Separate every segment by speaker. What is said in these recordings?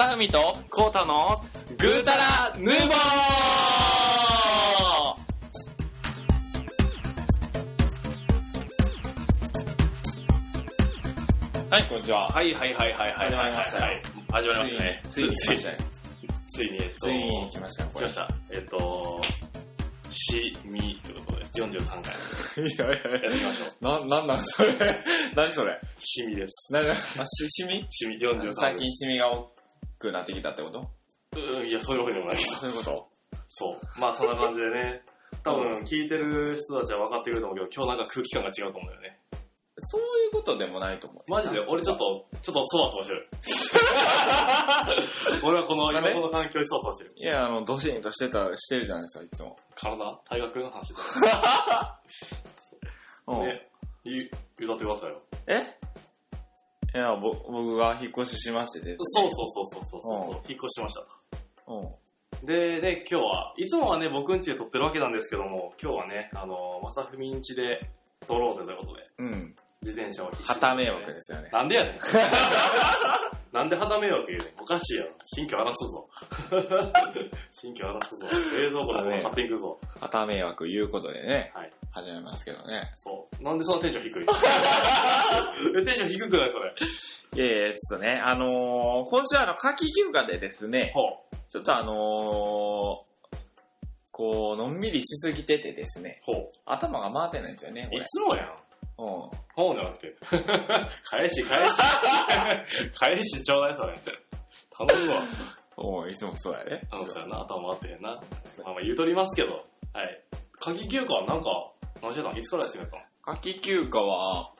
Speaker 1: さふみとコータのぐーたらヌーボーはい、こんにちは。
Speaker 2: はいはいはいはいはい。
Speaker 1: 始まりましたよ
Speaker 2: はい始まりましたね。
Speaker 1: ついに
Speaker 2: ついに
Speaker 1: ついに来ましたね、
Speaker 2: ついに、えっと、
Speaker 1: ついに来ましたよ、こ
Speaker 2: 来
Speaker 1: れ
Speaker 2: まし。た。えっと、し、み、ということで、43回
Speaker 1: い やい
Speaker 2: や
Speaker 1: や
Speaker 2: りましょ う。
Speaker 1: な、なんなんそれ。 何それ。
Speaker 2: しみです。
Speaker 1: な、な、あ、し、しみ
Speaker 2: しみ、43です。
Speaker 1: 最近しみが多くなってきたってこと
Speaker 2: うん、いや、そういうふうでもないけど。
Speaker 1: そういうこと
Speaker 2: そう。まあ、そんな感じでね。多分、聞いてる人たちは分かってくると思うけど、今日なんか空気感が違うと思うんだよね。
Speaker 1: そういうことでもないと思う。
Speaker 2: マジで、俺ちょっと、ちょっとそわそわして る。俺はこの、今この環境にそわそわしてる。
Speaker 1: いや、あの、ドシンとしてた、してるじゃないですか、いつも。
Speaker 2: 体体学の話だ
Speaker 1: うん。
Speaker 2: ね。ゆ、ゆだってくださいよ。
Speaker 1: えいや、ぼ、僕が引っ越ししましてですね
Speaker 2: そうそうそうそうそうそう、引っ越しました
Speaker 1: うん。
Speaker 2: と。で、ね、今日は、いつもはね、僕ん家で撮ってるわけなんですけども、今日はね、あの、まさふみん家で撮ろうぜということで、
Speaker 1: うん。
Speaker 2: 自転車を必死に
Speaker 1: 旗迷惑ですよね。
Speaker 2: なんでやね ん。なんで旗迷惑言うねん。おかしいやろ。新居荒らすぞ。 新居荒らすぞ。冷蔵庫でも勝手に行くぞ。
Speaker 1: 旗迷惑いうことでね。
Speaker 2: はい
Speaker 1: 始めますけどね。
Speaker 2: そう。なんでそんなテンション低い えテンション低くないそれ。
Speaker 1: いえいえ、ちょっとね、あのー今週あの、夏季休暇でですね、
Speaker 2: ほう。
Speaker 1: ちょっとあのーこう、のんびりしすぎててですね、
Speaker 2: ほう。
Speaker 1: 頭が回ってないんですよね、
Speaker 2: いつもやん。
Speaker 1: これ。
Speaker 2: ほうじゃなくて。 返し、返し。 返しちょうだい、それ。頼むわ。
Speaker 1: うん。うん、いつもそうやね。
Speaker 2: あのさ、な、頭回ってへんな。まあまあ言うとりますけど。はい。鍵休暇はなんか、何してたんいつから休めたん
Speaker 1: 夏季休暇は、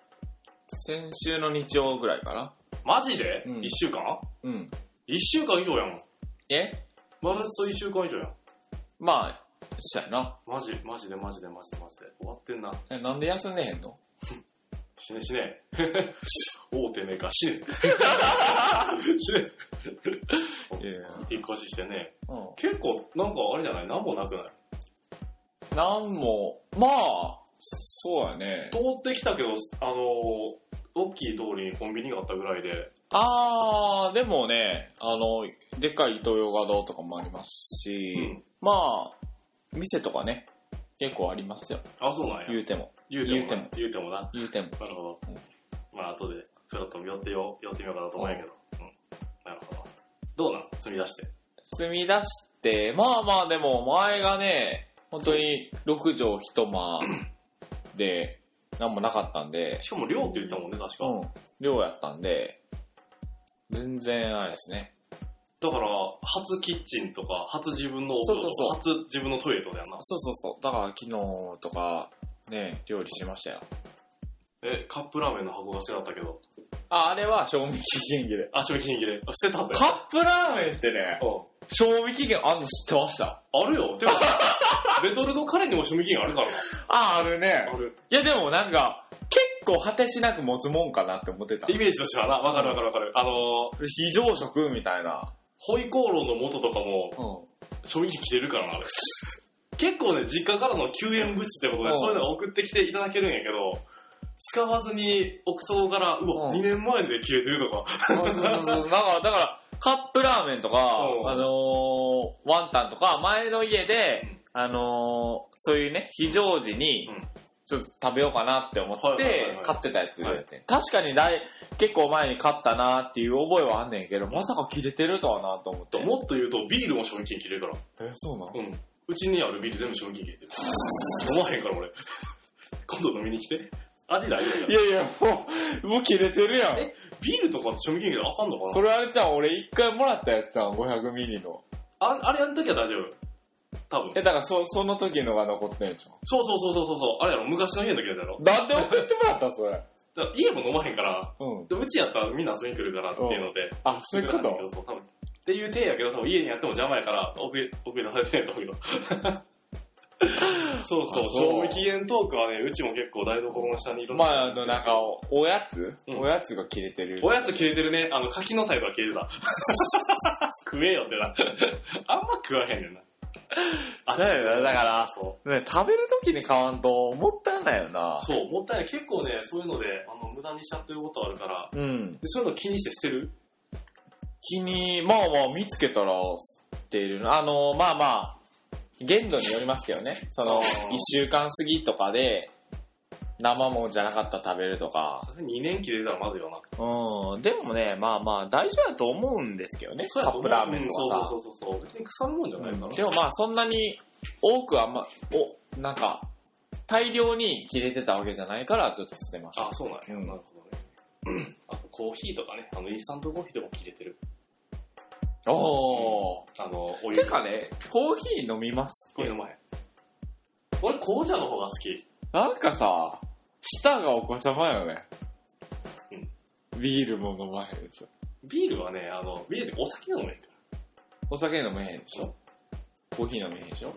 Speaker 1: 先週の日曜ぐらいかな
Speaker 2: マジで、
Speaker 1: うん
Speaker 2: ?1 週間
Speaker 1: うん。
Speaker 2: ?1 週間以上やん。
Speaker 1: え
Speaker 2: 丸っと1週間以上やん。
Speaker 1: まあ、そうやな。
Speaker 2: マジ、マジでマジでマジでマジで。終わってんな。
Speaker 1: えなんで休んでへんの
Speaker 2: 死ね死ね。 大手メーカー死ね。 死 ね。
Speaker 1: いや
Speaker 2: 引っ越ししてね。
Speaker 1: うん。
Speaker 2: 結構、なんかあれじゃないなんもなくない
Speaker 1: なんも、まあ、そうやね。
Speaker 2: 通ってきたけど、あのー大きい通りにコンビニがあったぐらいで、
Speaker 1: あー、でもね、あの、でっかいイトーヨーガ堂とかもありますし、
Speaker 2: うん
Speaker 1: まあ、店とかね、結構ありますよ。
Speaker 2: あ、そうなんや。
Speaker 1: 言うても、
Speaker 2: 言
Speaker 1: 言う
Speaker 2: うて
Speaker 1: て
Speaker 2: も
Speaker 1: も
Speaker 2: な。言うてもな。
Speaker 1: 言うても。
Speaker 2: なるほど。
Speaker 1: うん
Speaker 2: まあ、後で、フラット寄ってよ、寄ってみようかなと思うんやけど。うん。なるほど。どうなん住み出して。
Speaker 1: 住み出して、まあまあでも前がね、本当に6畳一 間で、なんもなかったんで、
Speaker 2: しかも、寮って言ってたもんね、確か。
Speaker 1: うん、寮やったんで、全然あれですね。
Speaker 2: だから、初キッチンとか、初自分のお風呂とか、
Speaker 1: そう
Speaker 2: 初自分のトイレとかやな。
Speaker 1: そうそうそう。だから昨日とか、ね、料理しましたよ。
Speaker 2: え、カップラーメンの箱が捨てたったけど。
Speaker 1: あ、あれは賞味期限切れ。
Speaker 2: あ、賞味期限切れ。あ捨てたんだよ。
Speaker 1: カップラーメンってね、
Speaker 2: う
Speaker 1: 賞味期限あんの知ってました
Speaker 2: ん。ある よ。てか、レトルトカレーにも賞味期限あるからな。
Speaker 1: あ、あるね
Speaker 2: あ。る。
Speaker 1: いやでもなんか、結構果てしなく持つもんかなって思ってた。
Speaker 2: イメージとしてはな、わかるわかるわかる。あのー、
Speaker 1: 非常食みたいな。
Speaker 2: ホイコーローの元とかも、
Speaker 1: うん。
Speaker 2: 賞味期限切れるからな、あれ。結構ね、実家からの救援物資ってこと
Speaker 1: う
Speaker 2: で、
Speaker 1: ん
Speaker 2: そういうのが送ってきていただけるんやけど、使わずに、奥底から、うわ、
Speaker 1: うん
Speaker 2: 2年前で切れてるとか、
Speaker 1: そうそうそうだから、だから、カップラーメンとか
Speaker 2: う、ん
Speaker 1: あのーワンタンとか、前の家で
Speaker 2: うん、
Speaker 1: あのーそういうね、非常時に
Speaker 2: うん、
Speaker 1: ちょっと食べようかなって思っ
Speaker 2: はいはいはい
Speaker 1: て
Speaker 2: はい、
Speaker 1: 買ってたやつ。
Speaker 2: はい
Speaker 1: 確かにだい結構前に買ったなっていう覚えはあんねんけど、まさか切れてるとはなと思って。
Speaker 2: もっと言うと、ビールも賞味期限切れるから。
Speaker 1: え、そうなの
Speaker 2: うん。うちにあるビール全部賞味期限切れてる。飲まへんから、俺。 今度飲みに来て。味大丈夫だ
Speaker 1: いやいや、もう、もう切れてるやん
Speaker 2: え。ビールとかって賞味期限切れあかんのかな
Speaker 1: それあれちゃん、俺一回もらったやつちゃん、500ミリの。
Speaker 2: ああれやるときは大丈夫。多分。
Speaker 1: え、だからそ、その時のが残ってんじゃん。
Speaker 2: そうそうそうそうそうそう。あれやろ、昔の家の時やつやろ。
Speaker 1: なんで送ってもらったそれ。
Speaker 2: だから家も飲まへんから、
Speaker 1: うん。
Speaker 2: でうちやったらみんな遊びに来るからっていうので。
Speaker 1: あ、そういうこ
Speaker 2: だ
Speaker 1: と
Speaker 2: けどそう多分っていう体やけど、多分家にやっても邪魔やから、奥へ、奥へ出されてんやと思うけど。 そうそ
Speaker 1: あ
Speaker 2: う、
Speaker 1: そう
Speaker 2: 賞味期限トークはね、うちも結構台所の下にいろん
Speaker 1: まあ、あの、なんか、おやつ、
Speaker 2: うん
Speaker 1: おやつが切れてる。
Speaker 2: おやつ切れてるね。あの、柿のタイプは切れてた。 食えよってな。 あんま食わへんねんな。
Speaker 1: そうやなだから
Speaker 2: そ
Speaker 1: ね、食べるときに買わんと、もったいないよな
Speaker 2: う。。そう、もったいない。結構ね、そういうので、あの、無駄にしちゃってることあるから、
Speaker 1: うん。
Speaker 2: でそういうの気にして捨てる
Speaker 1: 気に、まあまあ見つけたら捨てるな。あの、まあまあ、限度によりますけどね。そ
Speaker 2: あ
Speaker 1: の、
Speaker 2: ー
Speaker 1: 一週間過ぎとかで、生もんじゃなかったら食べるとか。
Speaker 2: それ2年期で出たらまずいよな。
Speaker 1: うん。でもね、まあまあ、大丈夫だと思うんですけどね。カップラーメンとかさ。
Speaker 2: そうそうそうそう。別に腐るもんじゃないから。
Speaker 1: でもまあそんなに多くあんま、お、なんか、大量に切れてたわけじゃないから、ちょっと捨てました。
Speaker 2: あ、そうなんや。
Speaker 1: うん
Speaker 2: なるほどね。あとコーヒーとかね、あの、インスタントコーヒーとかも切れてる。
Speaker 1: お
Speaker 2: あの、お湯。
Speaker 1: ー。てか、ね、コーヒー飲みます
Speaker 2: これ飲まへん。俺、紅茶の方が好き。
Speaker 1: なんかさ、舌がお子様よね。ビールも飲まへんでしょ。
Speaker 2: ビールはね、あの、ビールってお酒飲めへんから。
Speaker 1: お酒飲めへんでしょ。コーヒー飲めへんでしょ。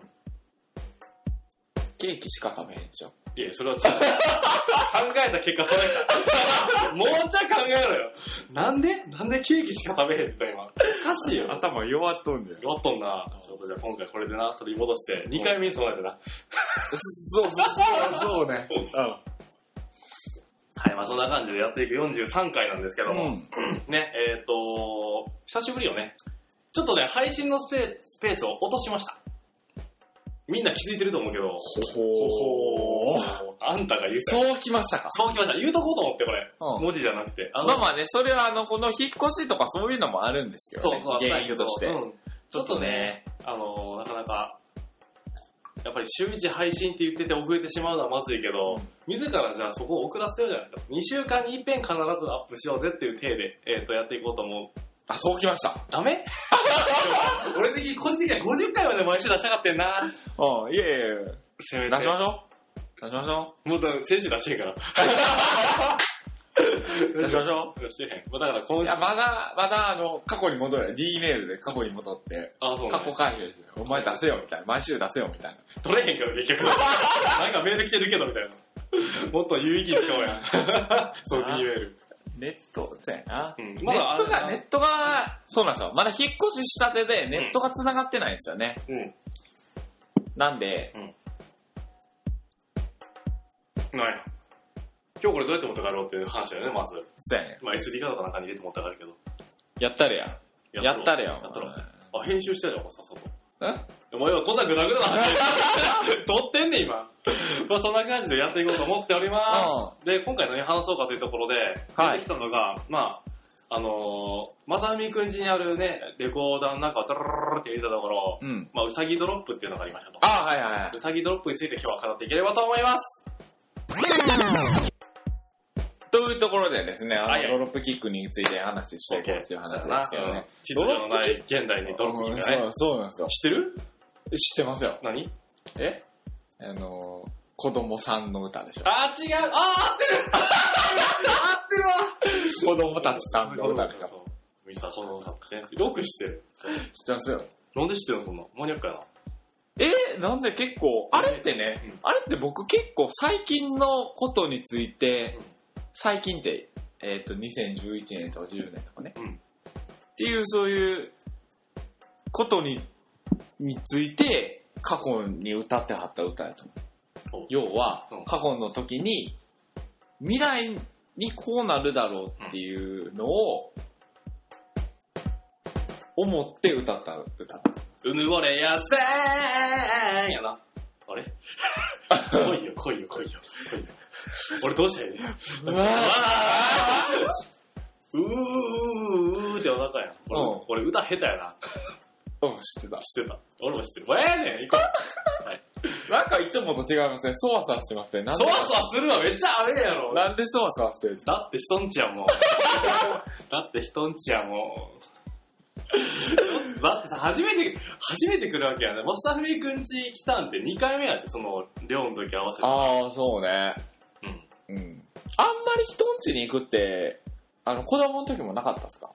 Speaker 1: ケーキしか食べへんでしょ。
Speaker 2: いや、それ は違う。考えた結果、それ だ。もうちょい考えろよ。なんでなんでケーキしか食べへんって言った今。おかしいよ。
Speaker 1: 頭弱っとんだよ。
Speaker 2: よっとんな。ちょっとじゃあ今回これでな、取り戻して、2回目に備えてな。
Speaker 1: そうそう、そうね。
Speaker 2: はい、まあそんな感じでやっていく43回なんですけど
Speaker 1: う
Speaker 2: も、
Speaker 1: ん。
Speaker 2: ね、えっ、と、久しぶりよね。ちょっとね、配信のスペースペースを落としました。みんな気づいてると思うけど、
Speaker 1: ほほー。
Speaker 2: あんたが言うから
Speaker 1: そうきましたか。
Speaker 2: そうきました。言うとこうと思って、これ。
Speaker 1: うん
Speaker 2: 文字じゃなくて。あの
Speaker 1: まあまあね、それはあの、この引っ越しとかそういうのもあるんですけど
Speaker 2: そう
Speaker 1: ね。
Speaker 2: そう、
Speaker 1: 原因として。
Speaker 2: うんちょっとね、あのー、なかなか、やっぱり週一配信って言ってて遅れてしまうのはまずいけど、自らじゃあそこを遅らせようじゃないか。2週間に一遍必ずアップしようぜっていう体で、えっ、と、やっていこうと思う。
Speaker 1: あ、そうきました。
Speaker 2: ダメ 俺的に、個人的には50回まで毎週出したかってんな。
Speaker 1: うん、いえいえ。
Speaker 2: せめ
Speaker 1: 出
Speaker 2: て
Speaker 1: し。ましょう。出しましょ
Speaker 2: もうだ、選手出してへんから。
Speaker 1: う。出しましょ
Speaker 2: 出してへん。まあだから今
Speaker 1: う。い
Speaker 2: 週
Speaker 1: や、、まだ、まだあの、過去に戻る。D メールで過去に戻って、
Speaker 2: あ、そう、ね。
Speaker 1: 過去回避ですよ。お前出せよ、みたいな。毎週出せよ、みたいな。
Speaker 2: 取れへんけど、結 局。なんかメール来てるけど、みたいな。もっと有意義に使お うや。そう、
Speaker 1: あ
Speaker 2: B メール。
Speaker 1: ネット、そうやな。
Speaker 2: うん
Speaker 1: ネットが、ネットが、そうなんですよ。まだ引っ越ししたてで、
Speaker 2: ん
Speaker 1: ネットが繋がってないんですよね。
Speaker 2: うん。
Speaker 1: なんで、
Speaker 2: なんや。今日これどうやって持って帰ろうっていう話だよね、まず。
Speaker 1: そうやね。
Speaker 2: まあ SD カードかなんかに入れて持って帰るけど。
Speaker 1: やったれや。やったれや。
Speaker 2: やったろ。あ、編集してるよ、さっさと。
Speaker 1: うん
Speaker 2: お前はこんなグダグダ な話撮ってんねん、今。まあそんな感じでやっていこうと思っております。で、今回何話そうかというところで、
Speaker 1: はい
Speaker 2: 出てきたのが、まあ、あのー、まさみくんちにあるね、レコーダーの中をドロロロロって入れたところ、
Speaker 1: うん。
Speaker 2: まあ、うさぎドロップっていうのがありましたと。。
Speaker 1: あ、はいはいはいう
Speaker 2: さぎドロップについて今日は語っていければと思います。
Speaker 1: というところでですね、あ
Speaker 2: はい
Speaker 1: の、
Speaker 2: はい
Speaker 1: ドロップキックについて話していこうっていう話ですけどね。
Speaker 2: 秩序のない現代にドロップキックが
Speaker 1: う
Speaker 2: ね。
Speaker 1: んそうそうなんですよ。
Speaker 2: 知ってる
Speaker 1: 知ってますよ。
Speaker 2: 何
Speaker 1: えあの、子供さんの歌でしょ。
Speaker 2: あー、違うあ
Speaker 1: 子供たちさ
Speaker 2: ー
Speaker 1: んの歌でしょ。
Speaker 2: ミスターコロナってね。よく知ってる。
Speaker 1: 知ってますよ。
Speaker 2: なんで知ってるのそんな。マニアックやな。
Speaker 1: えなんで結構、あれってね、
Speaker 2: うん
Speaker 1: あれって僕結構最近のことについて
Speaker 2: うん、
Speaker 1: 最近って、えっ、と、2011年とか10年とかね、
Speaker 2: うん
Speaker 1: っていうそういうことに、について過去に歌ってはった歌やと思
Speaker 2: お
Speaker 1: う。要は
Speaker 2: うん、
Speaker 1: 過去の時に未来にこうなるだろうっていうのを思って歌った歌。
Speaker 2: うぬぼれやせーんやな。あれ 来いよ、来いよ、来いよ。来いよ。俺どうしたらいいの
Speaker 1: う わ
Speaker 2: うーうーうーってお腹やん。俺、
Speaker 1: うん
Speaker 2: 俺歌下手やな。
Speaker 1: ーうん、知ってた。
Speaker 2: 知ってた。俺も知ってる。わやねん、行こう。
Speaker 1: なんかいつもと違いますね。そわそわしてますね。なん
Speaker 2: そ
Speaker 1: で
Speaker 2: わそわするわ、めっちゃあれやろ。だ
Speaker 1: なんでそわそわしてるんですか
Speaker 2: って人んちやもん。だって人んちやもん。だってさ、初めて、初めて来るわけやね。マスタフミくんち来たんって2回目やで、その、寮の時合わせて。
Speaker 1: ああ、そうね。
Speaker 2: うん。
Speaker 1: うん。あんまり人ん家に行くって、あの、子供の時もなかったっすか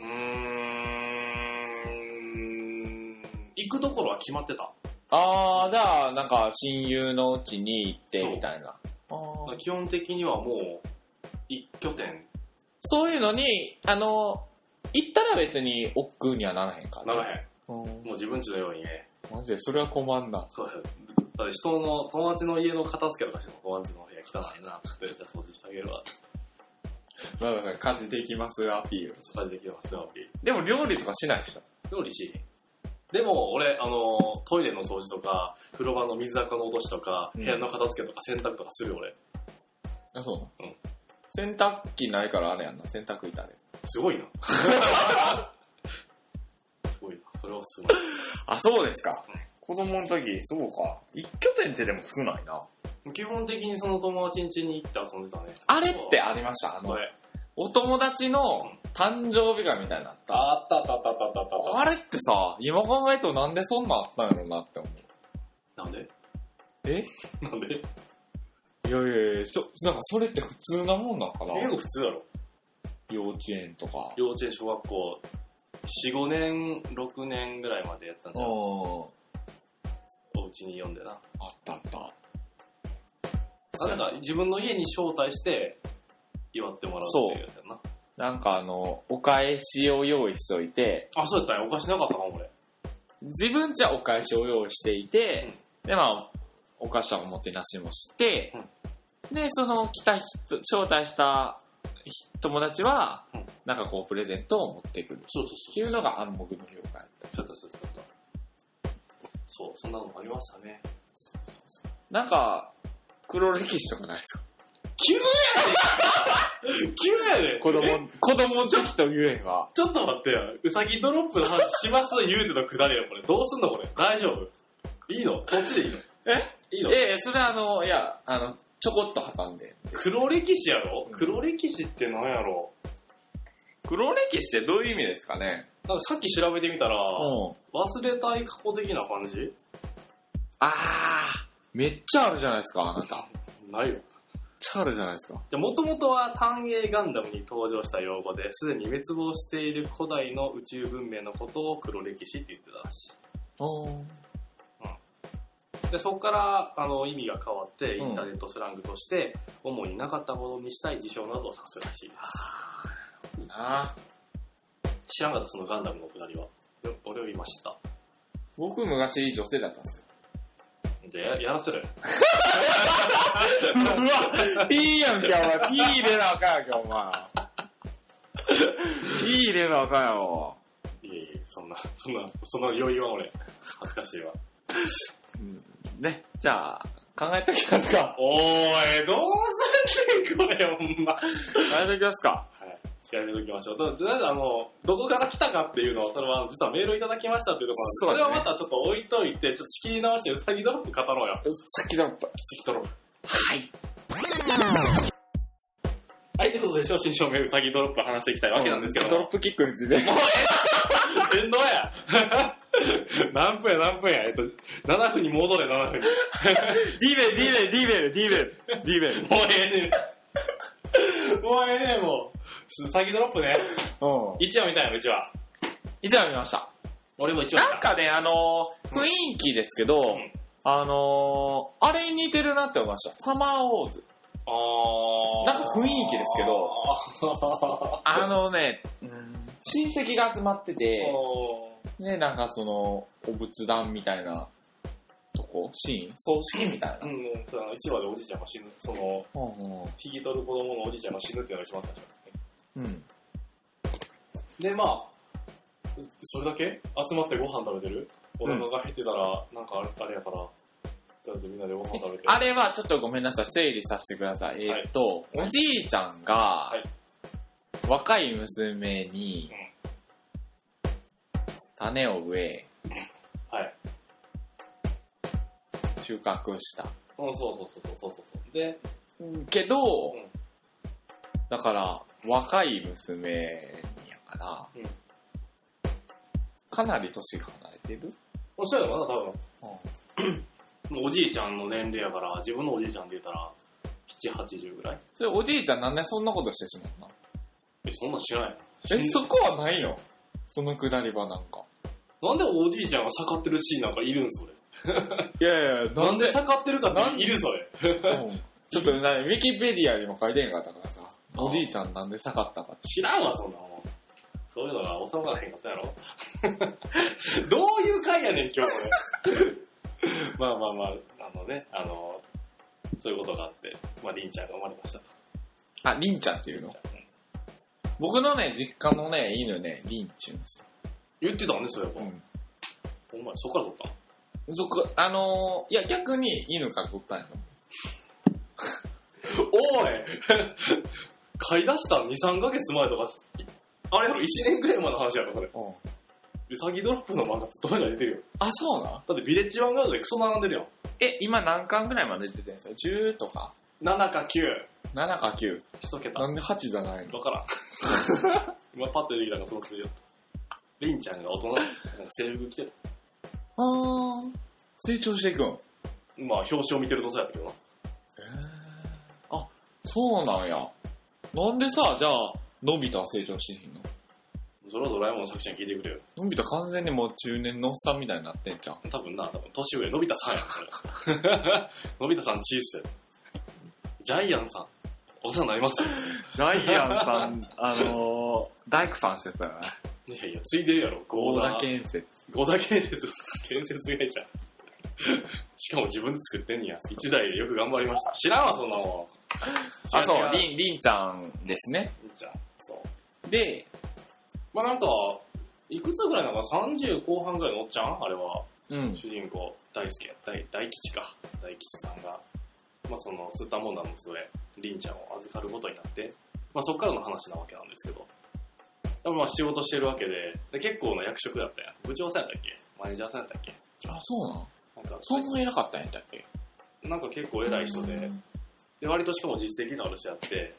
Speaker 2: うーん。行くところは決まってた。
Speaker 1: ああ、じゃあ、なんか、親友のうちに行って、
Speaker 2: そう
Speaker 1: みたいな。あー
Speaker 2: 基本的にはもう、一拠点
Speaker 1: そういうのに、あの、行ったら別に億劫にはならへんから、
Speaker 2: ならへん。
Speaker 1: うん
Speaker 2: もう自分ちのようにね。
Speaker 1: マジで、それは困んな。
Speaker 2: そうや。だって人の、友達の家の片付けとかしても友達の部屋汚いな、つって、じゃあ掃除してあげるわ。
Speaker 1: まあだから家事できますアピール。
Speaker 2: そこでできますよ、アピール
Speaker 1: でも料理とかしないでしょ。
Speaker 2: 料理しでも、俺、あの、トイレの掃除とか、風呂場の水垢の落としとか、
Speaker 1: うん
Speaker 2: 部屋の片付けとか、洗濯とかするよ俺。
Speaker 1: あ、そう
Speaker 2: う
Speaker 1: なの洗濯機ないからあれやんな、洗濯板で。
Speaker 2: すごい な。すごいな。それはすごい。
Speaker 1: あ、そうですか。子供の時、そうか。一拠点ってでも少ないな。
Speaker 2: 基本的にその友達ん家に行って遊んでたね。
Speaker 1: あれってありましたあの
Speaker 2: こ、れ。
Speaker 1: お友達の誕生日会みたいになのあった。
Speaker 2: あったあったあったあったあったあっ
Speaker 1: あれってさ、今考えるとなんでそんなんあったんやろうなって思う。
Speaker 2: た。なんで
Speaker 1: え
Speaker 2: なんで結
Speaker 1: いやいやいや、そ、なんかそれって普通なもんなのかな
Speaker 2: 構普通だろ。
Speaker 1: 幼稚園とか。
Speaker 2: 幼稚園、小学校、4、5年、6年ぐらいまでやってたんじゃん。
Speaker 1: うん。
Speaker 2: お家に呼んでな。
Speaker 1: あったあった。
Speaker 2: あなんか自分の家に招待して祝ってもらうっていうやつやんな。
Speaker 1: なんかあの、お返しを用意しといて、
Speaker 2: あ、そうやったんや。お菓子なかったかも、俺。
Speaker 1: 自分じゃお返しを用意していて、で、まあ、お菓子はおもてなしもして、で、その来た人、招待した友達は、
Speaker 2: うん
Speaker 1: なんかこうプレゼントを持ってくるっ
Speaker 2: そうそう
Speaker 1: て
Speaker 2: そう。
Speaker 1: いうのが暗黙の了解。
Speaker 2: そうやった、そうやった。そう、そんなのもありましたね。
Speaker 1: なんか、黒歴史とかないですか
Speaker 2: 急やで急や で
Speaker 1: 子供
Speaker 2: え、
Speaker 1: 子供チョキと言えば。
Speaker 2: ちょっと待ってよ。うさぎドロップの話します言うてのくだりや、これ。どうすんの、これ。大丈夫いいのそっちでいいの
Speaker 1: え
Speaker 2: いいの
Speaker 1: ええ、それあの、いや、あの、ちょこっと挟んで。
Speaker 2: 黒歴史やろ
Speaker 1: うん
Speaker 2: 黒歴史ってなんやろ
Speaker 1: 黒歴史ってどういう意味ですかね
Speaker 2: なんかさっき調べてみたら、
Speaker 1: うん。
Speaker 2: 忘れたい過去的な感じ
Speaker 1: あー、めっちゃあるじゃないですか、あなた。めっ
Speaker 2: ないよ。
Speaker 1: ちゃあるじゃないですか。
Speaker 2: じゃあ、もともとは単影ガンダムに登場した用語で、すでに滅亡している古代の宇宙文明のことを黒歴史って言ってたらし
Speaker 1: うん。
Speaker 2: い。で、そこから、あの、意味が変わって、
Speaker 1: う
Speaker 2: イ
Speaker 1: ん
Speaker 2: ンターネットスラングとして、主になかったものにしたい事象などを指すらしいです。
Speaker 1: あ
Speaker 2: 知らんかった、そのガンダムのくだりは。よ俺を言いました。
Speaker 1: 僕昔女性だったんですよ。
Speaker 2: で、ややらせ る。
Speaker 1: うわ !P やんけ、お前。P 入れなあかんやんけ、お前。P 入れなあかんやろ。
Speaker 2: いえいえ、そんな、そんな、そんな余裕は俺。恥ずかしいわ。
Speaker 1: うん。ね、じゃあ、考えときますか。
Speaker 2: おーい、どうすんねん、これ、ほんま。
Speaker 1: 考えときますか。
Speaker 2: はい。やめときましょう。ととりあえず、あの、どこから来たかっていうのは、それは実はメールをいただきましたっていうところなんで、
Speaker 1: そう
Speaker 2: そ
Speaker 1: だね
Speaker 2: れはまたちょっと置いといて、ちょっと仕切り直して、うさぎドロップ語ろうよ。
Speaker 1: さっきだった。
Speaker 2: うさぎドロップ。
Speaker 1: はい。
Speaker 2: はい、ということで、正真正銘うさぎドロップを話していきたいわけなんですけど
Speaker 1: ド
Speaker 2: も。
Speaker 1: ロップキックについて。
Speaker 2: エンドや 何分や何分や。えっと、7分に戻れ、7分に。
Speaker 1: ディベル、ディベル、ディベル、ディベル、ディベル。
Speaker 2: もうええ ねん。もうええねん、もう。うさぎドロップね。
Speaker 1: うん。
Speaker 2: 一話見たよ、一話。
Speaker 1: 以上見ました。
Speaker 2: 俺も一話見た。
Speaker 1: なんかね、あのー
Speaker 2: うん
Speaker 1: 雰囲気ですけど、
Speaker 2: ん
Speaker 1: あのーあれに似てるなって思いました。サマーウォーズ。
Speaker 2: あー
Speaker 1: なんか雰囲気ですけど。
Speaker 2: あ
Speaker 1: あのね、親戚が集まって
Speaker 2: ー
Speaker 1: て、ね、なんかその、お仏壇みたいなとこシーン葬式みたいな。
Speaker 2: うん、うんそうだな、一話でおじいちゃんが死ぬ、その、
Speaker 1: うん
Speaker 2: 引き取る子供のおじいちゃんが死ぬっていうのが一番最初。
Speaker 1: うん。うん。
Speaker 2: で、まあ、それだけ集まってご飯食べてるお腹が減ってたら、なんかあれあれやから、とりあえずみんなでご飯食べて。
Speaker 1: あれはちょっとごめんなさい、整理させてください。えーっと、
Speaker 2: はい
Speaker 1: おじいちゃんが、
Speaker 2: い
Speaker 1: 若い娘に、種を植え、
Speaker 2: はい。
Speaker 1: 収穫した。
Speaker 2: うん、そうそうそうそうそうそう。で、
Speaker 1: けど、
Speaker 2: うん
Speaker 1: だから、若い娘やから、
Speaker 2: うん
Speaker 1: かなり年が離れてる、
Speaker 2: おっしゃるよな、多分。もうおじいちゃんの年齢やから、自分のおじいちゃんで言ったら、7、80ぐらい
Speaker 1: それおじいちゃんなんでそんなことしてしまう
Speaker 2: え、そんなん知らない
Speaker 1: のえ、そこはないのそのくだり場なんか。
Speaker 2: なんでおじいちゃんが盛ってるシーンなんかいるんそれ。
Speaker 1: いやいや、
Speaker 2: なんで盛ってるかっているそれ。
Speaker 1: うんちょっとな、ウィキペディアにも書いてへんかったからさ、おじいちゃんなんで下がったかって。
Speaker 2: 知らんわ、そんなもん。そういうのが収まらへんかったや ろどういう回やねん、今日こ れ。まあまあまあ、あのね、あの、そういうことがあって、まあ、りんちゃんが生まれましたと。
Speaker 1: あ、りんちゃんっていう
Speaker 2: りん
Speaker 1: の
Speaker 2: ちゃん
Speaker 1: 僕のね、実家のね、犬ね、リンって言うんですよ。
Speaker 2: 言ってたんね、そういえば。
Speaker 1: ん。
Speaker 2: ほんまに、そっからそっか。
Speaker 1: そこ、あのーいや、逆に犬から取ったんやと思
Speaker 2: おい 買い出した2、3ヶ月前とかし、あれやろ、1年くらい前の話やろ、これ。
Speaker 1: う。うん。
Speaker 2: うさぎドロップの漫画ずっと前から出てるよ。
Speaker 1: あ、そうなん
Speaker 2: だってビレッジワンガードでクソ並んでるよ。
Speaker 1: え、今何巻ぐらいまで出てるんですか ?10 とか
Speaker 2: 7か9。
Speaker 1: ?7 か 9?
Speaker 2: 一桁。
Speaker 1: な
Speaker 2: わ
Speaker 1: んで8じゃないの
Speaker 2: からん。 今パッと出てきたのがその数字よ。リンちゃんが大人、なんか制服着てる。
Speaker 1: あー、成長していくん。
Speaker 2: まあ表紙を見てるとそうやったけどな。
Speaker 1: えー、あ、そうなんや。なんでさ、じゃあ、のび太は成長してへんの
Speaker 2: それはドラえもんの作者に聞いてくれよ。
Speaker 1: のび太完全にもう中年のおっさんみたいになってんじゃん。
Speaker 2: 多分な、多分年上、のび太さんや から。のび太さんチーズ。ジャイアンさん。お世話になります。
Speaker 1: ジャイアンさん、 あのー、大工さんしてたよね。
Speaker 2: いやいや、ついでるやろ。
Speaker 1: 大
Speaker 2: ゴー
Speaker 1: 田
Speaker 2: ダ。
Speaker 1: 建設。
Speaker 2: ゴダ建設、建設会社。しかも自分で作ってんねや。一台でよく頑張りました。知らんわ、そんなもん。
Speaker 1: あ、そう、
Speaker 2: リ
Speaker 1: り
Speaker 2: ン。
Speaker 1: ん、りんちゃんですね。
Speaker 2: じゃんそう。
Speaker 1: で、
Speaker 2: まあなんか、いくつぐらいなのか30後半ぐらいのおっちゃんあれは。
Speaker 1: うん。
Speaker 2: 主人公、大輔、大、大吉か。大吉さんが、まあその、吸ったもんだの末、凛ちゃんを預かることになって、まあそっからの話なわけなんですけど。でもまあ仕事してるわけで、で結構な役職だったやん。部長さんやったっけマネージャーさんやったっけ
Speaker 1: あ、そうなん
Speaker 2: なんか、
Speaker 1: そんな偉かったんやったっけ
Speaker 2: なんか結構偉い人で、で割としかも実績のある人やって、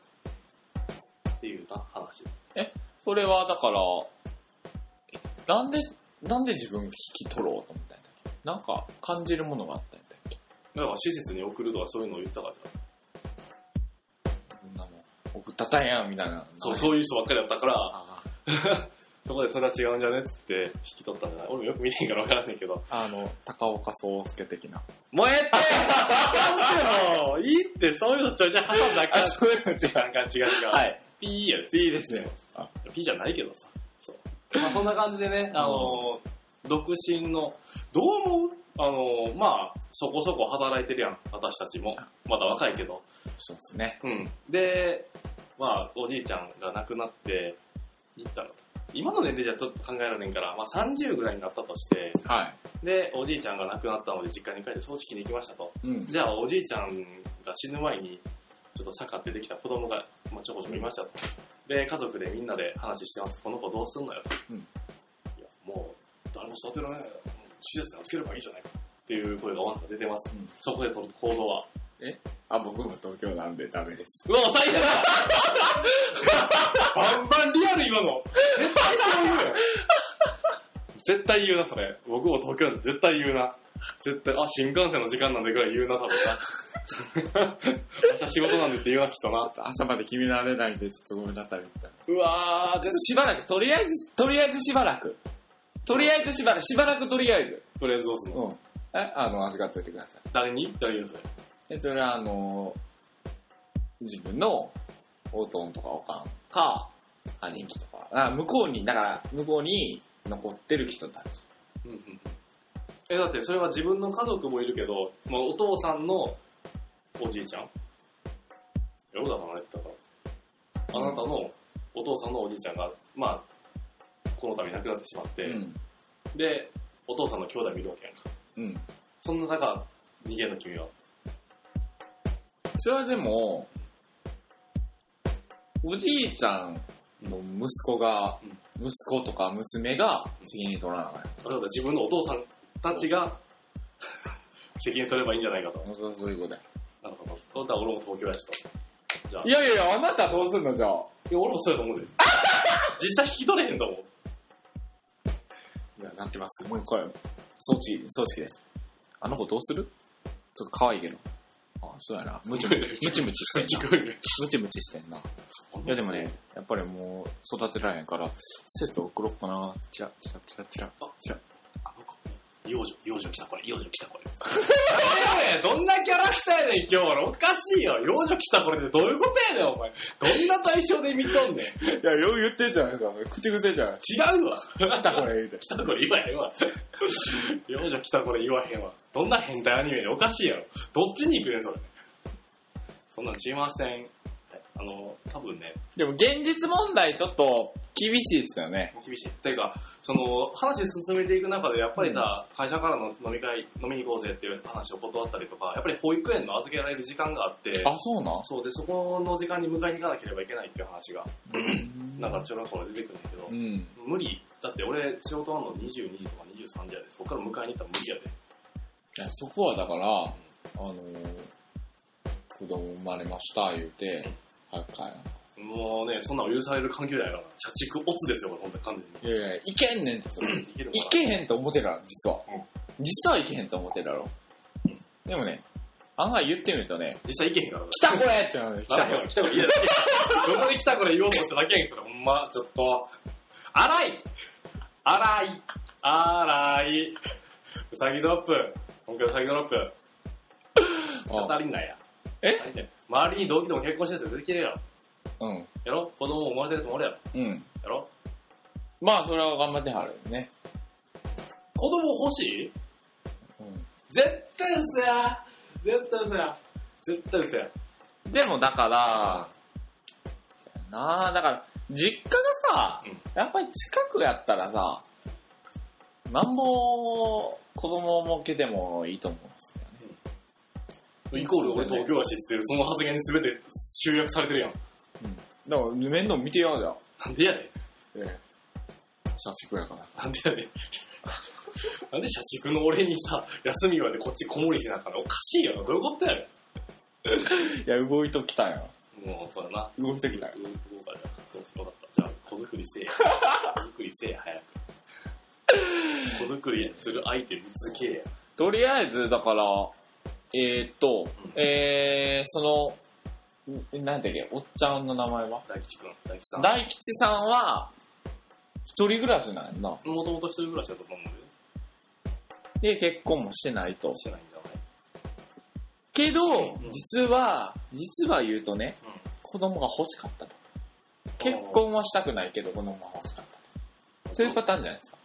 Speaker 2: っていうな話。
Speaker 1: それはだから、えなんで、なんで自分引き取ろうと思ったんだっけなんか感じるものがあったんだっけ
Speaker 2: だから施設に送るとかそういうのを言ってたから、
Speaker 1: こんなもん、送ったったんやみたいな。
Speaker 2: そうそういう人ばっかりだったから、
Speaker 1: あ
Speaker 2: そこでそれは違うんじゃねっつって引き取ったんじゃない俺もよく見てんからわからんねんけど。
Speaker 1: あの、高岡宗介的な。
Speaker 2: 燃えていいって、そういうのちょいちょい挟んだらあかん。
Speaker 1: そういうの違う。
Speaker 2: なんか違う違う。
Speaker 1: はい。
Speaker 2: ピーや
Speaker 1: いいですね。
Speaker 2: ピーじゃないけどさ。そう。まあそんな感じでね、あのー、独身の、どう思うあのー、まあ、そこそこ働いてるやん、私たちも。まだ若いけど。
Speaker 1: そうですね。
Speaker 2: うん。で、まあ、おじいちゃんが亡くなっていったらと。今の年齢じゃちょっと考えられんから、まあ30ぐらいになったとして、
Speaker 1: は
Speaker 2: で、おじいちゃんが亡くなったので実家に帰って葬式に行きましたと。
Speaker 1: い。うん。
Speaker 2: じゃあ、おじいちゃんが死ぬ前に、ちょっと坂ってできた子供が、まあ、ちょこちょこいましたと。で、家族でみんなで話してます。この子どうすんのよ。
Speaker 1: うん
Speaker 2: いや、もう、誰も育てられないよ。もう施設に預ければいいじゃないか。っていう声がわんと出てます。
Speaker 1: うん
Speaker 2: そこで取る行動は。
Speaker 1: あ、僕も東京なんでダメです。
Speaker 2: うわ、最悪だバンバンリアル今の。絶対そう言うよ。絶対言うな、それ。僕も東京なんで絶対言うな。絶対、あ、新幹線の時間なんでぐらい言うな、多分な。 明日仕事なんでって言うな、きっと
Speaker 1: ちょ
Speaker 2: な。
Speaker 1: っと朝まで決められないんで、ちょっとごめんなさい、みたいな。
Speaker 2: うわー、絶
Speaker 1: しばらく、とりあえず、とりあえずしばらく。とりあえずしばらく、しばらくとりあえず。
Speaker 2: 対とりあえずどうすんの
Speaker 1: うん。え、あの、預かっといてください。
Speaker 2: 誰に誰言うそれ。
Speaker 1: で、それはあの自分のおとんとかおかんか、兄貴とか、あ向こうに、だから向こうに残ってる人たち。
Speaker 2: うんうんうんえ、だってそれは自分の家族もいるけど、まあ、お父さんのおじいちゃんよだからったから。あなたのお父さんのおじいちゃんが、まあ、この度亡くなってしまって、
Speaker 1: ん。
Speaker 2: で、お父さんの兄弟見るわけやんか。
Speaker 1: うん。
Speaker 2: そんな中、逃げんの君は。
Speaker 1: それはでも、おじいちゃんの息子が、息子とか娘が責任取らなあかん
Speaker 2: あなた自分のお父さんたちが、責任取ればいいんじゃないかと。
Speaker 1: やん。そうそういうことや。
Speaker 2: なるほど。そうだ、俺も東京やしと。じゃあ、い
Speaker 1: いやいやいや、あなたどうすんのじゃあ。
Speaker 2: や俺もそうやと思う で。実際引き取れへんと思う。
Speaker 1: いや、なってます。もう一回。装置、装置です。あの子どうするちょっと可愛いけど。あ、そうやな。ムチム チ、ムチムチしてんな
Speaker 2: 聞こえる。
Speaker 1: ムチムチしてんな。いやでもね、やっぱりもう育てられへんから、施設送ろうかな。チラチラチラチラ。
Speaker 2: あ
Speaker 1: チラ。
Speaker 2: あの子、幼女、幼女来たこれ、幼女来たこれ。どんなキャラクターやねん、今日は。おかしいよ。幼女来たこれってどういうことやねん、お前。どんな対象で見とんねん。
Speaker 1: いや、よう言ってんじゃないですか。口癖じゃない。
Speaker 2: 違うわ。来
Speaker 1: たこれ言うて。
Speaker 2: たこれ言わへんわ。幼女来たこれ言わへんわ。どんな変態アニメでおかしいやろ。どっちに行くねん、それ。そんなん知りません。はいああの、多分ね、
Speaker 1: でも現実問題ちょっと厳しいですよね。
Speaker 2: 厳しい。っていうか、その、話進めていく中で、やっぱりさ、会社からの飲み会、飲みに行こうぜっていう話を断ったりとか、やっぱり保育園の預けられる時間があって、
Speaker 1: あ、そうな
Speaker 2: そうで、そこの時間に迎えに行かなければいけないっていう話が、
Speaker 1: ん
Speaker 2: なんか中学校で出てくるんだけど
Speaker 1: う、ん。
Speaker 2: 無理。だって俺、仕事あんの22時とか23時やで、そこから迎えに行ったら無理やで。
Speaker 1: いやそこはだから、あのー、子供生まれました、言うて、早く帰ら
Speaker 2: もうね、そんなの許される環境じゃないから、社畜オツですよ、これ、ほんとに完全
Speaker 1: ない。いやいや、いけんねんってそれ。
Speaker 2: に。いけるか
Speaker 1: いけへんと思ってるやろ、実は。
Speaker 2: うん
Speaker 1: 実はいけへんと思ってるやろ。でもね、案外言ってみるとね、
Speaker 2: 実際いけへんからな。
Speaker 1: 来たこれってなるね
Speaker 2: 来たこれ、来たこれ、いや、どこで来たこれ言おうとしただけやんけ、それ、ほんま、ちょっと。荒い荒い荒いウサギドロップ本家ウサギドロップちょっと
Speaker 1: あ
Speaker 2: 足りんないや。
Speaker 1: え
Speaker 2: 足りんない周りに同期でも結婚してる人出てきてるやろ。
Speaker 1: うん。
Speaker 2: やろ子供も生まれてるやつもおるやろ。
Speaker 1: うん。
Speaker 2: やろ
Speaker 1: まあ、それは頑張ってはるよね。
Speaker 2: 子供欲しい
Speaker 1: うん。
Speaker 2: 絶対嘘や絶対嘘や絶対嘘や。
Speaker 1: でも、だから、なあ、だから、実家がさ、
Speaker 2: うん
Speaker 1: やっぱり近くやったらさ、なんぼ、子供を設けてもいいと思うんですよね。
Speaker 2: イコール俺東京やしっつってる、その発言に全て集約されてるやん。
Speaker 1: だから、面倒見てようじゃん。
Speaker 2: なんでやね
Speaker 1: ええ。社畜やから。
Speaker 2: ん。なんでやねん。なんで社畜の俺にさ、休み言われてこっちこもりしなあからおかしいよな。どういうことやね
Speaker 1: いや、動いときたんや。
Speaker 2: ん。もう、そうだな。
Speaker 1: 動いときたんや
Speaker 2: う。ん、そうかじゃあ。そうしよかった。じゃあ、子作りせえや。子作りせえや、早く。子作りする相手見つけえや。
Speaker 1: とりあえず、だから、えー、っと、
Speaker 2: ん
Speaker 1: えー、その、んなんだっけ、おっちゃんの名前は
Speaker 2: 大吉くん、大吉さん。
Speaker 1: 大吉さんは、一人暮らしなんやんな。
Speaker 2: もともと一人暮らしだったと思うんだよね。
Speaker 1: で、結婚もしてないと。
Speaker 2: してないんじゃない
Speaker 1: けど
Speaker 2: うん、
Speaker 1: 実は、実は言うとね、子供が欲しかったと。結婚はしたくないけど、子供が欲しかった
Speaker 2: うん
Speaker 1: と。そういうパターンじゃないですか。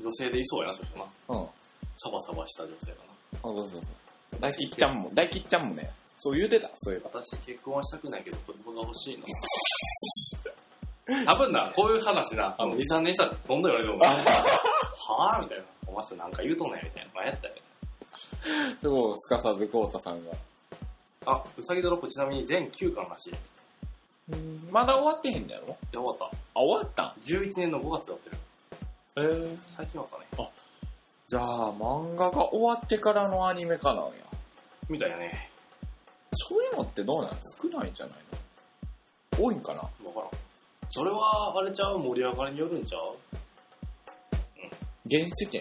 Speaker 2: 女性でいそうやな、そしたな。
Speaker 1: うん。あ
Speaker 2: サバサバした女性かな。
Speaker 1: そうそうそう。大吉ちゃんも、大吉ちゃんもね、そう言うてた、そういえば。
Speaker 2: 私結婚はしたくないけど子供が欲しいな。多分な、こういう話な、あの、2、3年したらどんどん言われても、はぁみたいな。お前さ、なんか言うとんねんみたいな。前やったよ。
Speaker 1: すごい、すかさずこうたさんが。
Speaker 2: あ、うさぎドロップちなみに全9巻らしい。や
Speaker 1: まだ終わってへんだろ
Speaker 2: ばかっ
Speaker 1: あ、終わったん
Speaker 2: た。11年の5月だってる。
Speaker 1: えー、
Speaker 2: 最近はかね。
Speaker 1: じゃあ、漫画が終わってからのアニメ化なんや。
Speaker 2: みたいやね。
Speaker 1: そういうのってどうなの少ないんじゃないの多いんかな
Speaker 2: わからん。それは、あれちゃう盛り上がりによるんちゃう
Speaker 1: 原始圏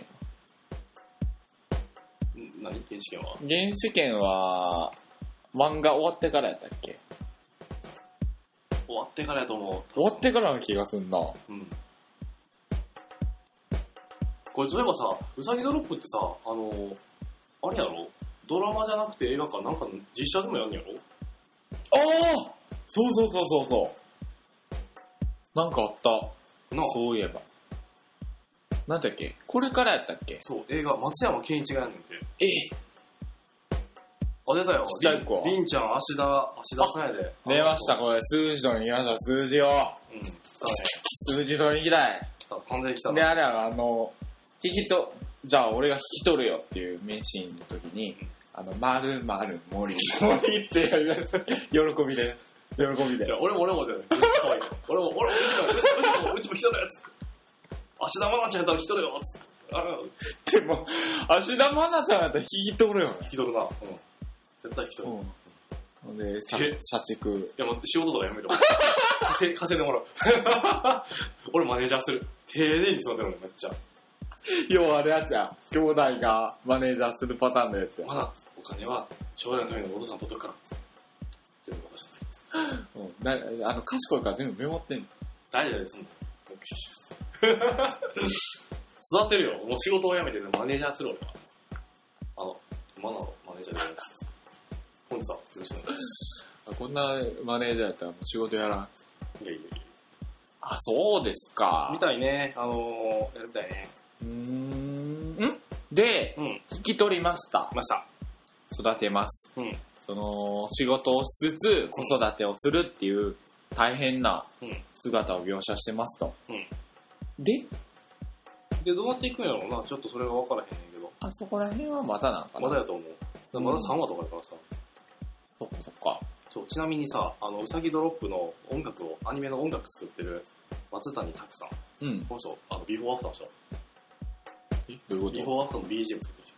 Speaker 2: ん何原始権は
Speaker 1: 原始圏は、漫画終わってからやったっけ
Speaker 2: 終わってからやと思う。
Speaker 1: 終わってからの気がすんな。
Speaker 2: うん。これ、例えばさ、うさぎドロップってさ、あのー、あれやろドラマじゃなくて映画か、なんか実写でもやんやろ
Speaker 1: ああそうそうそうそうそう。なんかあった。
Speaker 2: なあ
Speaker 1: そういえば。なんだっけこれからやったっけ
Speaker 2: そう、映画、松山ケンイチがやんねんて。
Speaker 1: え
Speaker 2: あ、出たよ。
Speaker 1: ちっちゃい子は
Speaker 2: りんりんちゃん、芦田、芦田さんやで。
Speaker 1: 出ました、これ。数字取りに行きました、数字を。
Speaker 2: うん。来たね。
Speaker 1: 数字取りに行きたい。
Speaker 2: 来た。完全に来た
Speaker 1: で、
Speaker 2: ね。
Speaker 1: あれはあの、引きと、じゃあ俺が引き取るよっていう名シーンの時に
Speaker 2: うん、
Speaker 1: あの、まるまる森、森ってやるやつ、喜びで、喜びで
Speaker 2: じゃ。あ俺も俺もだよ。めっちゃ可愛い。俺も、俺も、うちも、うちも、うちも来たのやつ。芦田愛菜ちゃんやったら来とるよ、つって。あら、
Speaker 1: でも、芦田愛菜ちゃんやったら引き取るよね。
Speaker 2: 来とるな。うん。絶対来とる。
Speaker 1: うん。ほんで、社
Speaker 2: え
Speaker 1: 社畜。
Speaker 2: いや、待って、仕事とか やめろ。稼い稼いでもらう。 俺マネージャーする。丁寧に育てるのめっちゃ。
Speaker 1: 要はあれやつや。兄弟がマネージャーするパターンのやつや。
Speaker 2: まだお金は将来のためのお父さん取っとくから。全部私の責任
Speaker 1: うん。なあの、賢いから全部メモってんの。
Speaker 2: 大丈夫ですんの。育てるよ。もう仕事を辞めてねマネージャーする俺は。あの、マナのマネージャーでやるやつ本日はよろしくお願いし
Speaker 1: あこんなマネージャーやったらもう仕事やらん。
Speaker 2: ます。いやいやいや。
Speaker 1: あ、そうですか
Speaker 2: みたいね。あのー、やりたいね。
Speaker 1: うーん。んで、
Speaker 2: うん。
Speaker 1: 引き取りました。
Speaker 2: ました。
Speaker 1: 育てます。
Speaker 2: うん
Speaker 1: その、仕事をしつつ、子育てをするっていう、大変な
Speaker 2: うん
Speaker 1: 姿を描写してますと。
Speaker 2: うん
Speaker 1: で、
Speaker 2: で、どうなっていくんやろうな、ちょっとそれが分からへんねんけど。
Speaker 1: あそこら辺はまたなんかな。
Speaker 2: まだやと思う。まだ3話とかやからさ。
Speaker 1: そっかそっか。
Speaker 2: そう、ちなみにさ、あの、うさぎドロップの音楽を、アニメの音楽作ってる松谷拓さん。
Speaker 1: うん。
Speaker 2: この人、あの、ビフォーアフターの人。
Speaker 1: どう
Speaker 2: ビ
Speaker 1: いう
Speaker 2: フ
Speaker 1: こ
Speaker 2: ォーアフターの BGM 作ってる人。
Speaker 1: と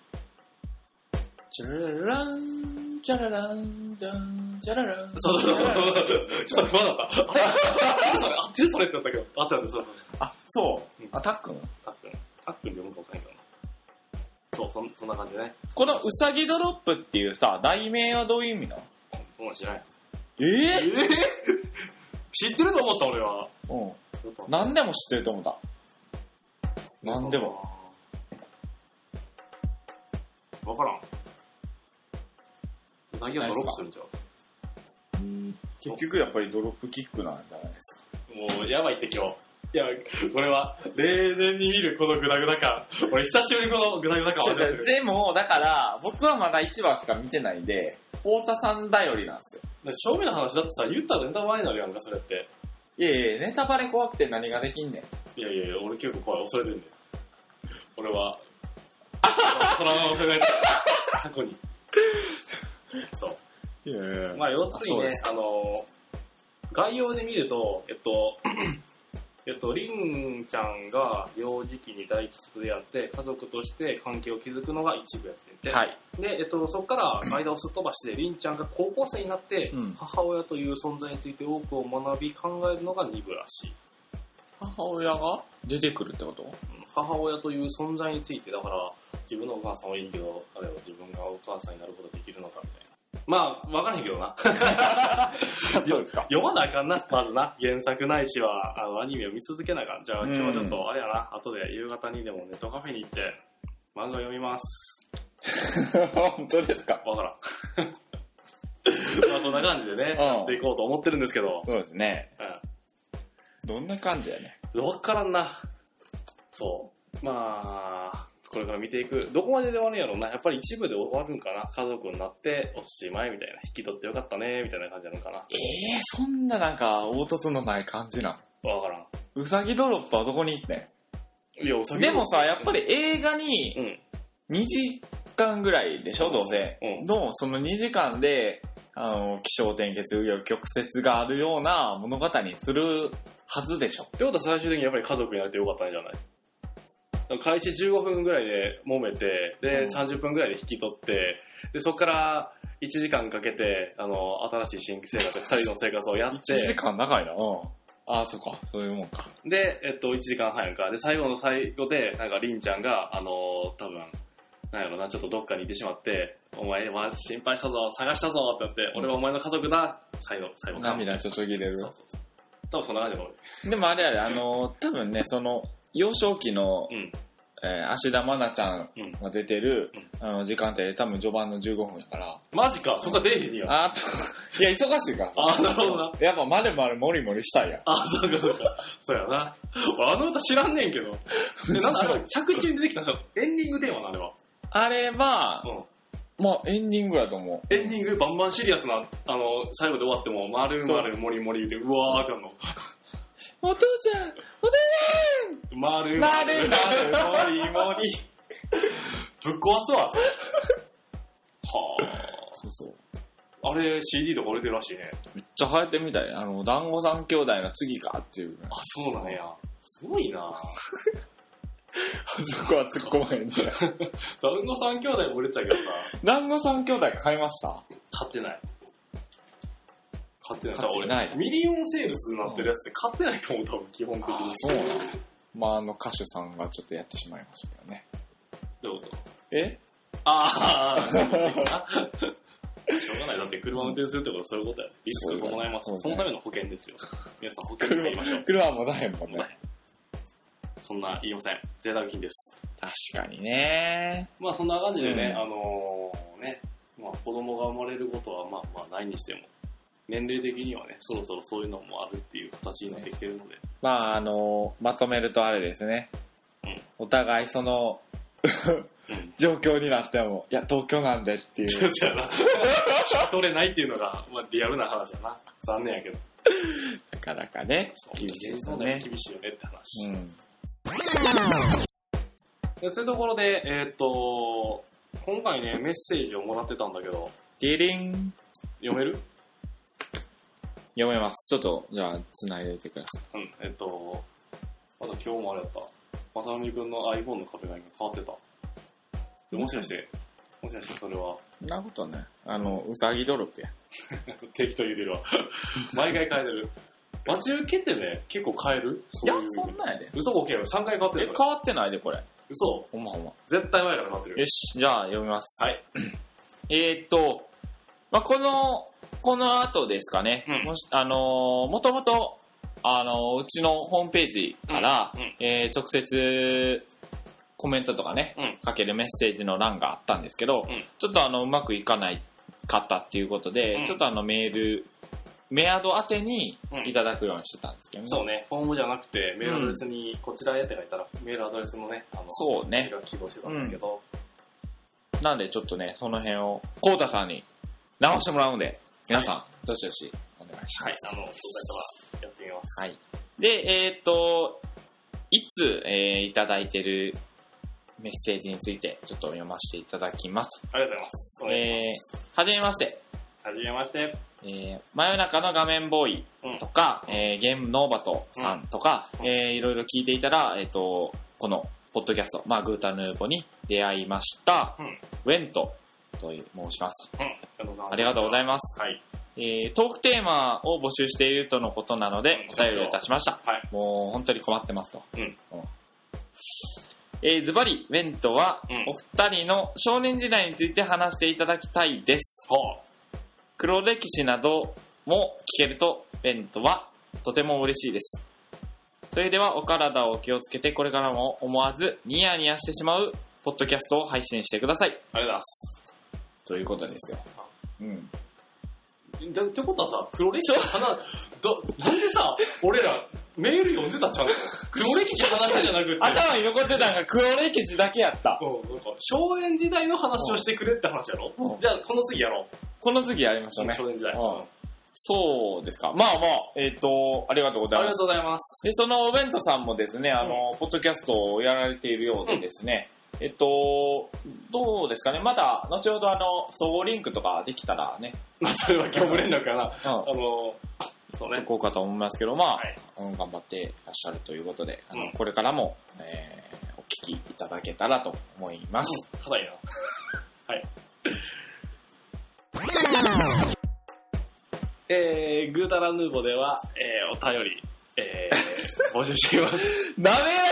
Speaker 1: チャラララン、チャララン、ジャン、チャララン。
Speaker 2: そうそうそう
Speaker 1: チャララン。
Speaker 2: そう。ちょっと不安だった。あれ合ってるそれ合ってるそれってなったけど。合ってるそうそう。
Speaker 1: あ、そう
Speaker 2: うん。
Speaker 1: あ、タックン
Speaker 2: たっくん。たっくんで読むかわかんないけどな。そう、そんそんな感じね。
Speaker 1: このうさぎドロップっていうさ、題名はどういう意味なの
Speaker 2: そんなん知らない。
Speaker 1: え
Speaker 2: えぇ、知ってると思った俺は。
Speaker 1: うん。
Speaker 2: ちょっと
Speaker 1: 何でも知ってると思った。何でも。。
Speaker 2: わからん。うさぎはドロップするんじゃん。
Speaker 1: 結局やっぱりドロップキックなんじゃないですか。
Speaker 2: もう、やばいって今日。いや、これは、例年に見るこのグダグダ感。俺久しぶりにこのグダグダ感を味わってる。
Speaker 1: でも、だから、僕はまだ1話しか見てないんで、太田さん頼りなんですよ。
Speaker 2: だって正面の話だってさ、言ったらネタバレになるやんか、それって。
Speaker 1: いやいや、ネタバレ怖くて何ができんねん。
Speaker 2: いやいやいや、俺結構怖い、恐れてるんだよ。俺は、 トラウマを抱えてる。過去に。そう。
Speaker 1: いやいや
Speaker 2: まあ、要するに
Speaker 1: そう
Speaker 2: ね
Speaker 1: で、
Speaker 2: あの、概要で見ると、えっ と、えっと、りんちゃんが幼児期に大吉と出会って、家族として関係を築くのが一部やってて、
Speaker 1: はい。
Speaker 2: で、えっと、そこから間をすっ飛ばして、りんちゃんが高校生になって、
Speaker 1: うん
Speaker 2: 母親という存在について多くを学び考えるのが二部らしい。
Speaker 1: 母親が出てくるってこと
Speaker 2: うん母親という存在について、だから、自分のお母さんはいいけど、あれは自分がお母さんになることできるのかみたいな。まあ、わからへんけどな。
Speaker 1: そうですか。
Speaker 2: 読まなあかんな、まずな。原作ないしは、あの、アニメを見続けなあかん。じゃあ、
Speaker 1: うん
Speaker 2: 今日はちょっと、あれやな、後で夕方にでもネットカフェに行って、漫画読みます。
Speaker 1: 本当ですか。
Speaker 2: わから ん。まあ、そんな感じでね、
Speaker 1: うん
Speaker 2: やっていこうと思ってるんですけど、
Speaker 1: そうですね。
Speaker 2: う
Speaker 1: どんな感じやね。
Speaker 2: ん。わからんな。そう。まあ、これから見ていく。どこまでで終わるんやろうな。やっぱり一部で終わるんかな。家族になって、おしまいみたいな。引き取ってよかったね、みたいな感じなのかな。
Speaker 1: ええそんななんか凹凸のない感じなん。
Speaker 2: わからん。
Speaker 1: うさぎドロップはどこに行って
Speaker 2: いや、お酒
Speaker 1: んでもさ、やっぱ、り映画に
Speaker 2: うん。
Speaker 1: 2時間ぐらいでしょ、どうせ。
Speaker 2: うん
Speaker 1: の、その2時間で、あの、気象転結、紆余曲折があるような物語にするはずでしょ。
Speaker 2: ってことは最終的にやっぱり家族になれてよかったんじゃない開始15分ぐらいで揉めて、
Speaker 1: う
Speaker 2: で、
Speaker 1: ん
Speaker 2: 30分ぐらいで引き取って、で、そこから1時間かけて、あの、新しい新規生活、2人の生活をやっ
Speaker 1: 1時
Speaker 2: て、
Speaker 1: 間長いな。うん。ああ、そっか、そういうもんか。
Speaker 2: で、えっと、1時間半やんか。で、最後の最後で、なんか、りんちゃんが、あの、多分、なんやろな、ちょっとどっかに行ってしまって、お前は心配したぞ、探したぞってなって、俺はお前の家族だ、最後、最後か。
Speaker 1: 涙ちょちょぎれる。
Speaker 2: そうそうそう。多分そんな感じだと思
Speaker 1: でもあれあれ、あの、多分ね、その、幼少期の、
Speaker 2: う。うん。
Speaker 1: えー、芦田愛菜ちゃん
Speaker 2: うん
Speaker 1: が出てる、
Speaker 2: うん
Speaker 1: あの、時間って多分序盤の15分やから、
Speaker 2: マジか、そこは出えへんや。
Speaker 1: あと、いや、忙しい から
Speaker 2: あ、なるほどな。
Speaker 1: やっぱ、まるまるもりもりしたいやん。
Speaker 2: あ、そうかそうか。そうやな。あの歌知らんねんけど。で、なんだあれ、着地に出てきたエンディングテーマな、あれは。
Speaker 1: あれは、
Speaker 2: う
Speaker 1: まあ、エンディングやと思う。
Speaker 2: ん。エンディングバンバンシリアスな、あの、最後で終わっても、まるまるもりもりで、うわーってなるの。
Speaker 1: お父ちゃん、
Speaker 2: まる
Speaker 1: まるまる
Speaker 2: もりもり。ぶっ壊すわ、それは
Speaker 1: そうそう。
Speaker 2: あ。あれ、CD とか売れてるらしいね。
Speaker 1: めっちゃ流行ってるみたいね。あの、団子三兄弟の次かっていうぐらい
Speaker 2: あ、そうなんや。すごいな
Speaker 1: そこは突っ込まへん ね。
Speaker 2: ダウンの3兄弟も売れてたけどさ、
Speaker 1: 団子三兄弟買いました
Speaker 2: 買ってない。買ってな
Speaker 1: 買ってない
Speaker 2: い。多分俺ミリオンセールスになってるやつって買ってないかも、多分、基本的
Speaker 1: あ
Speaker 2: に。
Speaker 1: そうなのまあ、あの、歌手さんがちょっとやってしまいましたけどね。
Speaker 2: どういうこと
Speaker 1: え
Speaker 2: ああ、そういうことなしょうがない。だって車運転するってことはそういうことや。リスクを伴います。
Speaker 1: そうだね
Speaker 2: そのための保険ですよ。皆さん保険して言いましょう。
Speaker 1: 車は持たへんもんね。
Speaker 2: そんな言いません。贅沢品です。
Speaker 1: 確かにね。
Speaker 2: まあそんな感じで
Speaker 1: う
Speaker 2: ね、
Speaker 1: ん
Speaker 2: あのーね、まあ子供が生まれることはまあまあないにしても、年齢的にはね、そろそろそういうのもあるっていう形になってきてるので、
Speaker 1: まあ、あの、まとめるとあれですね
Speaker 2: うん。
Speaker 1: お互いその、
Speaker 2: うん。
Speaker 1: 状況になっても、いや、東京なんでってい
Speaker 2: そう
Speaker 1: う。
Speaker 2: やな。 取れないっていうのが、まあ、リアルな話だな。残念やけど。
Speaker 1: なかなかね、厳しいですよね。
Speaker 2: 厳しいよねって話。
Speaker 1: うん。
Speaker 2: でそういうところで、えーっと、今回ね、メッセージをもらってたんだけど、
Speaker 1: ディリン。
Speaker 2: 読める
Speaker 1: 読めます。ちょっと、じゃあ、繋いでおいてください。
Speaker 2: うん。えーっと、まだ今日もあれやった。まさみくんの iPhone の壁紙が変わってた。でもしかして、もしかしてそれは、
Speaker 1: そんなことね。あの、うさぎドロップや。
Speaker 2: 適当言うてるわ。 毎回変えてる。待ち受けってね、結構変える
Speaker 1: いや、そんなんやで。
Speaker 2: 嘘こけよ。3回変わって
Speaker 1: え、
Speaker 2: る
Speaker 1: 変
Speaker 2: から。
Speaker 1: わってないで、これ。
Speaker 2: 嘘。
Speaker 1: ほんまほんま。
Speaker 2: 絶対前から変わってる。
Speaker 1: よし、じゃあ、読みます。
Speaker 2: はい。
Speaker 1: えーっと、まあ、この、この後ですかね。
Speaker 2: うん
Speaker 1: もし、あのー、もともと、あのーうちのホームページから、
Speaker 2: うんうん
Speaker 1: えー直接、コメントとかね、
Speaker 2: うん
Speaker 1: かけるメッセージの欄があったんですけど、
Speaker 2: うん
Speaker 1: ちょっとあの、うまくいかないかったっていうことで、
Speaker 2: うん
Speaker 1: ちょっとあの、メール、メアド宛てに
Speaker 2: うん
Speaker 1: いただくようにしてたんですけどね。
Speaker 2: そうね、フォームじゃなくて、メールアドレスに、こちらへって書いたら、メールアドレスのね、あの、
Speaker 1: そう
Speaker 2: メー
Speaker 1: ね
Speaker 2: ル。が希望してたんですけど、
Speaker 1: なんでちょっとね、その辺を、コウタさんに直してもらうんで、皆さん、どしどしお願いします。
Speaker 2: はい、あの、そういったらやってみます。
Speaker 1: はい。で、えっ、と、いつ、えーいただいてるメッセージについて、ちょっと読ませていただきます。
Speaker 2: ありがとうございます。お願いします。
Speaker 1: はじめまして、
Speaker 2: はじめまして。
Speaker 1: えー真夜中の画面ボーイとか、えーゲームノーバトさんとか、
Speaker 2: うん
Speaker 1: えーいろいろ聞いていたら、えっ、と、この、ポッドキャスト、まあ、グータヌーボに出会いました、
Speaker 2: うん
Speaker 1: ウェントと申します。
Speaker 2: うん、加藤さん。
Speaker 1: ありがとうございます。
Speaker 2: す。はい。
Speaker 1: えートークテーマを募集しているとのことなので、お便りをいたしました。
Speaker 2: はい
Speaker 1: もう本当に困ってますと。
Speaker 2: うん
Speaker 1: えーズバリ、ウェントは、
Speaker 2: うん
Speaker 1: お二人の少年時代について話していただきたいです。
Speaker 2: ほ
Speaker 1: 黒歴史なども聞けると、ウェントはとても嬉しいです。それでは、お体を気をつけて、これからも思わずニヤニヤしてしまう、ポッドキャストを配信してください。
Speaker 2: う。ありがとうございます。
Speaker 1: ということですよ。うん。
Speaker 2: だってことはさ、黒歴史の話、ど、なんでさ、俺ら、メール読んでたちゃんと。黒歴史の話じゃなくて。
Speaker 1: 頭に残ってたのが黒歴史だけやった。
Speaker 2: うん、なんか、少年時代の話をしてくれって話やろ、
Speaker 1: うん
Speaker 2: じゃあ、この次やろう。
Speaker 1: この次やりましょうね。
Speaker 2: 少年時代。
Speaker 1: うん
Speaker 2: うん
Speaker 1: そうですか。まあまあ、えっ、と、ありがとうござ
Speaker 2: あ
Speaker 1: い
Speaker 2: り
Speaker 1: ま
Speaker 2: が
Speaker 1: す。
Speaker 2: とうございます。
Speaker 1: で、そのお弁当さんもですね、あの、ポッドキャストをやられているようでですね、えっと、どうですかね、まだ、後ほどあの、総合リンクとかできたらね、
Speaker 2: まあ、それは業務連絡かな。
Speaker 1: うん、
Speaker 2: あの、そう
Speaker 1: やってい
Speaker 2: ね。
Speaker 1: こうかと思いますけど、まあ、
Speaker 2: はい
Speaker 1: うん頑張っていらっしゃるということで、あの、
Speaker 2: うん
Speaker 1: これからも、えーお聞きいただけたらと思い ます。
Speaker 2: 硬いな。はい。 えー、グータラヌーボでは、えー、お便り、えー、募集しています。
Speaker 1: なめられたない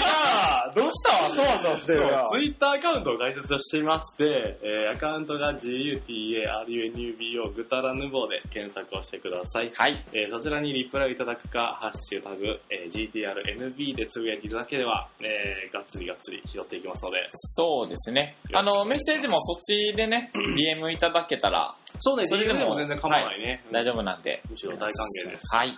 Speaker 1: などうしたわ、そわそわし
Speaker 2: ツイッターアカウントを開設していまして、えー、アカウントが GUTARUNUBO グータラヌーボで検索をしてください。
Speaker 1: はい。
Speaker 2: えーそちらにリプライをいただくか、ハッシュタグ、えー GTRNB でつぶやいていただければ、えー、がっつりがっつり拾っていきますので。
Speaker 1: そうですね。あの、メッセージもそっちで ね、DM いただけたら
Speaker 2: そうね
Speaker 1: それでも
Speaker 2: 全然構わないね。
Speaker 1: 大丈夫なんで。
Speaker 2: むしろ大歓迎です。
Speaker 1: はい。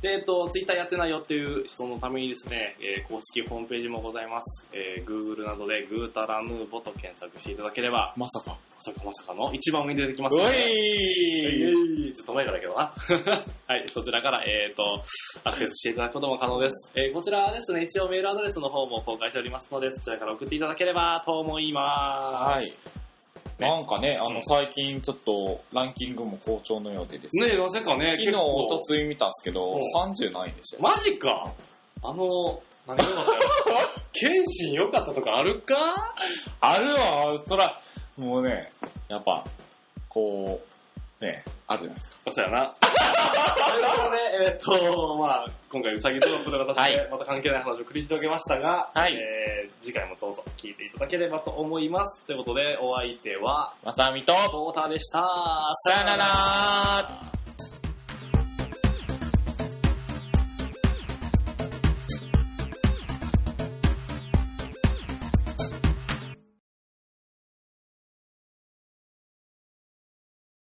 Speaker 2: で、えっと、ツイッターやってないよっていう人のためにですね、えー公式ホームページもございます。えー Google などでグータラヌーボと検索していただければ、
Speaker 1: まさか。
Speaker 2: まさかまさかの一番上に出てきます
Speaker 1: お
Speaker 2: ので
Speaker 1: い
Speaker 2: えいちょっと前からだけどな。 はい、そちらから、えっ、と、アクセスしていただくことも可能です。えーこちらですね、一応メールアドレスの方も公開しておりますので、そちらから送っていただければと思いま
Speaker 1: はい。なんかね、あ
Speaker 2: う
Speaker 1: の
Speaker 2: ん、
Speaker 1: 最近ちょっとランキングも好調のようでです
Speaker 2: す。
Speaker 1: ね。
Speaker 2: ねえ、なぜかね、
Speaker 1: 昨日、おとつい見たんですけ
Speaker 2: う
Speaker 1: ど
Speaker 2: ん、
Speaker 1: 30ないんでしたよ。
Speaker 2: マジかあの、何が良かったよ。 剣心良かったとかあるか
Speaker 1: あるわ、そら、もうね、やっぱ、こう、ね、あるじゃないですか。
Speaker 2: そう やな。ということで、えーっと、まあ今回うさぎドロップの形
Speaker 1: は
Speaker 2: で、また関係ない話を繰り広げましたが、
Speaker 1: はい
Speaker 2: えー次回もどうぞ聞いていただければと思います。ということで、お相手は、
Speaker 1: まさみと、
Speaker 2: トータでした。
Speaker 1: さよなら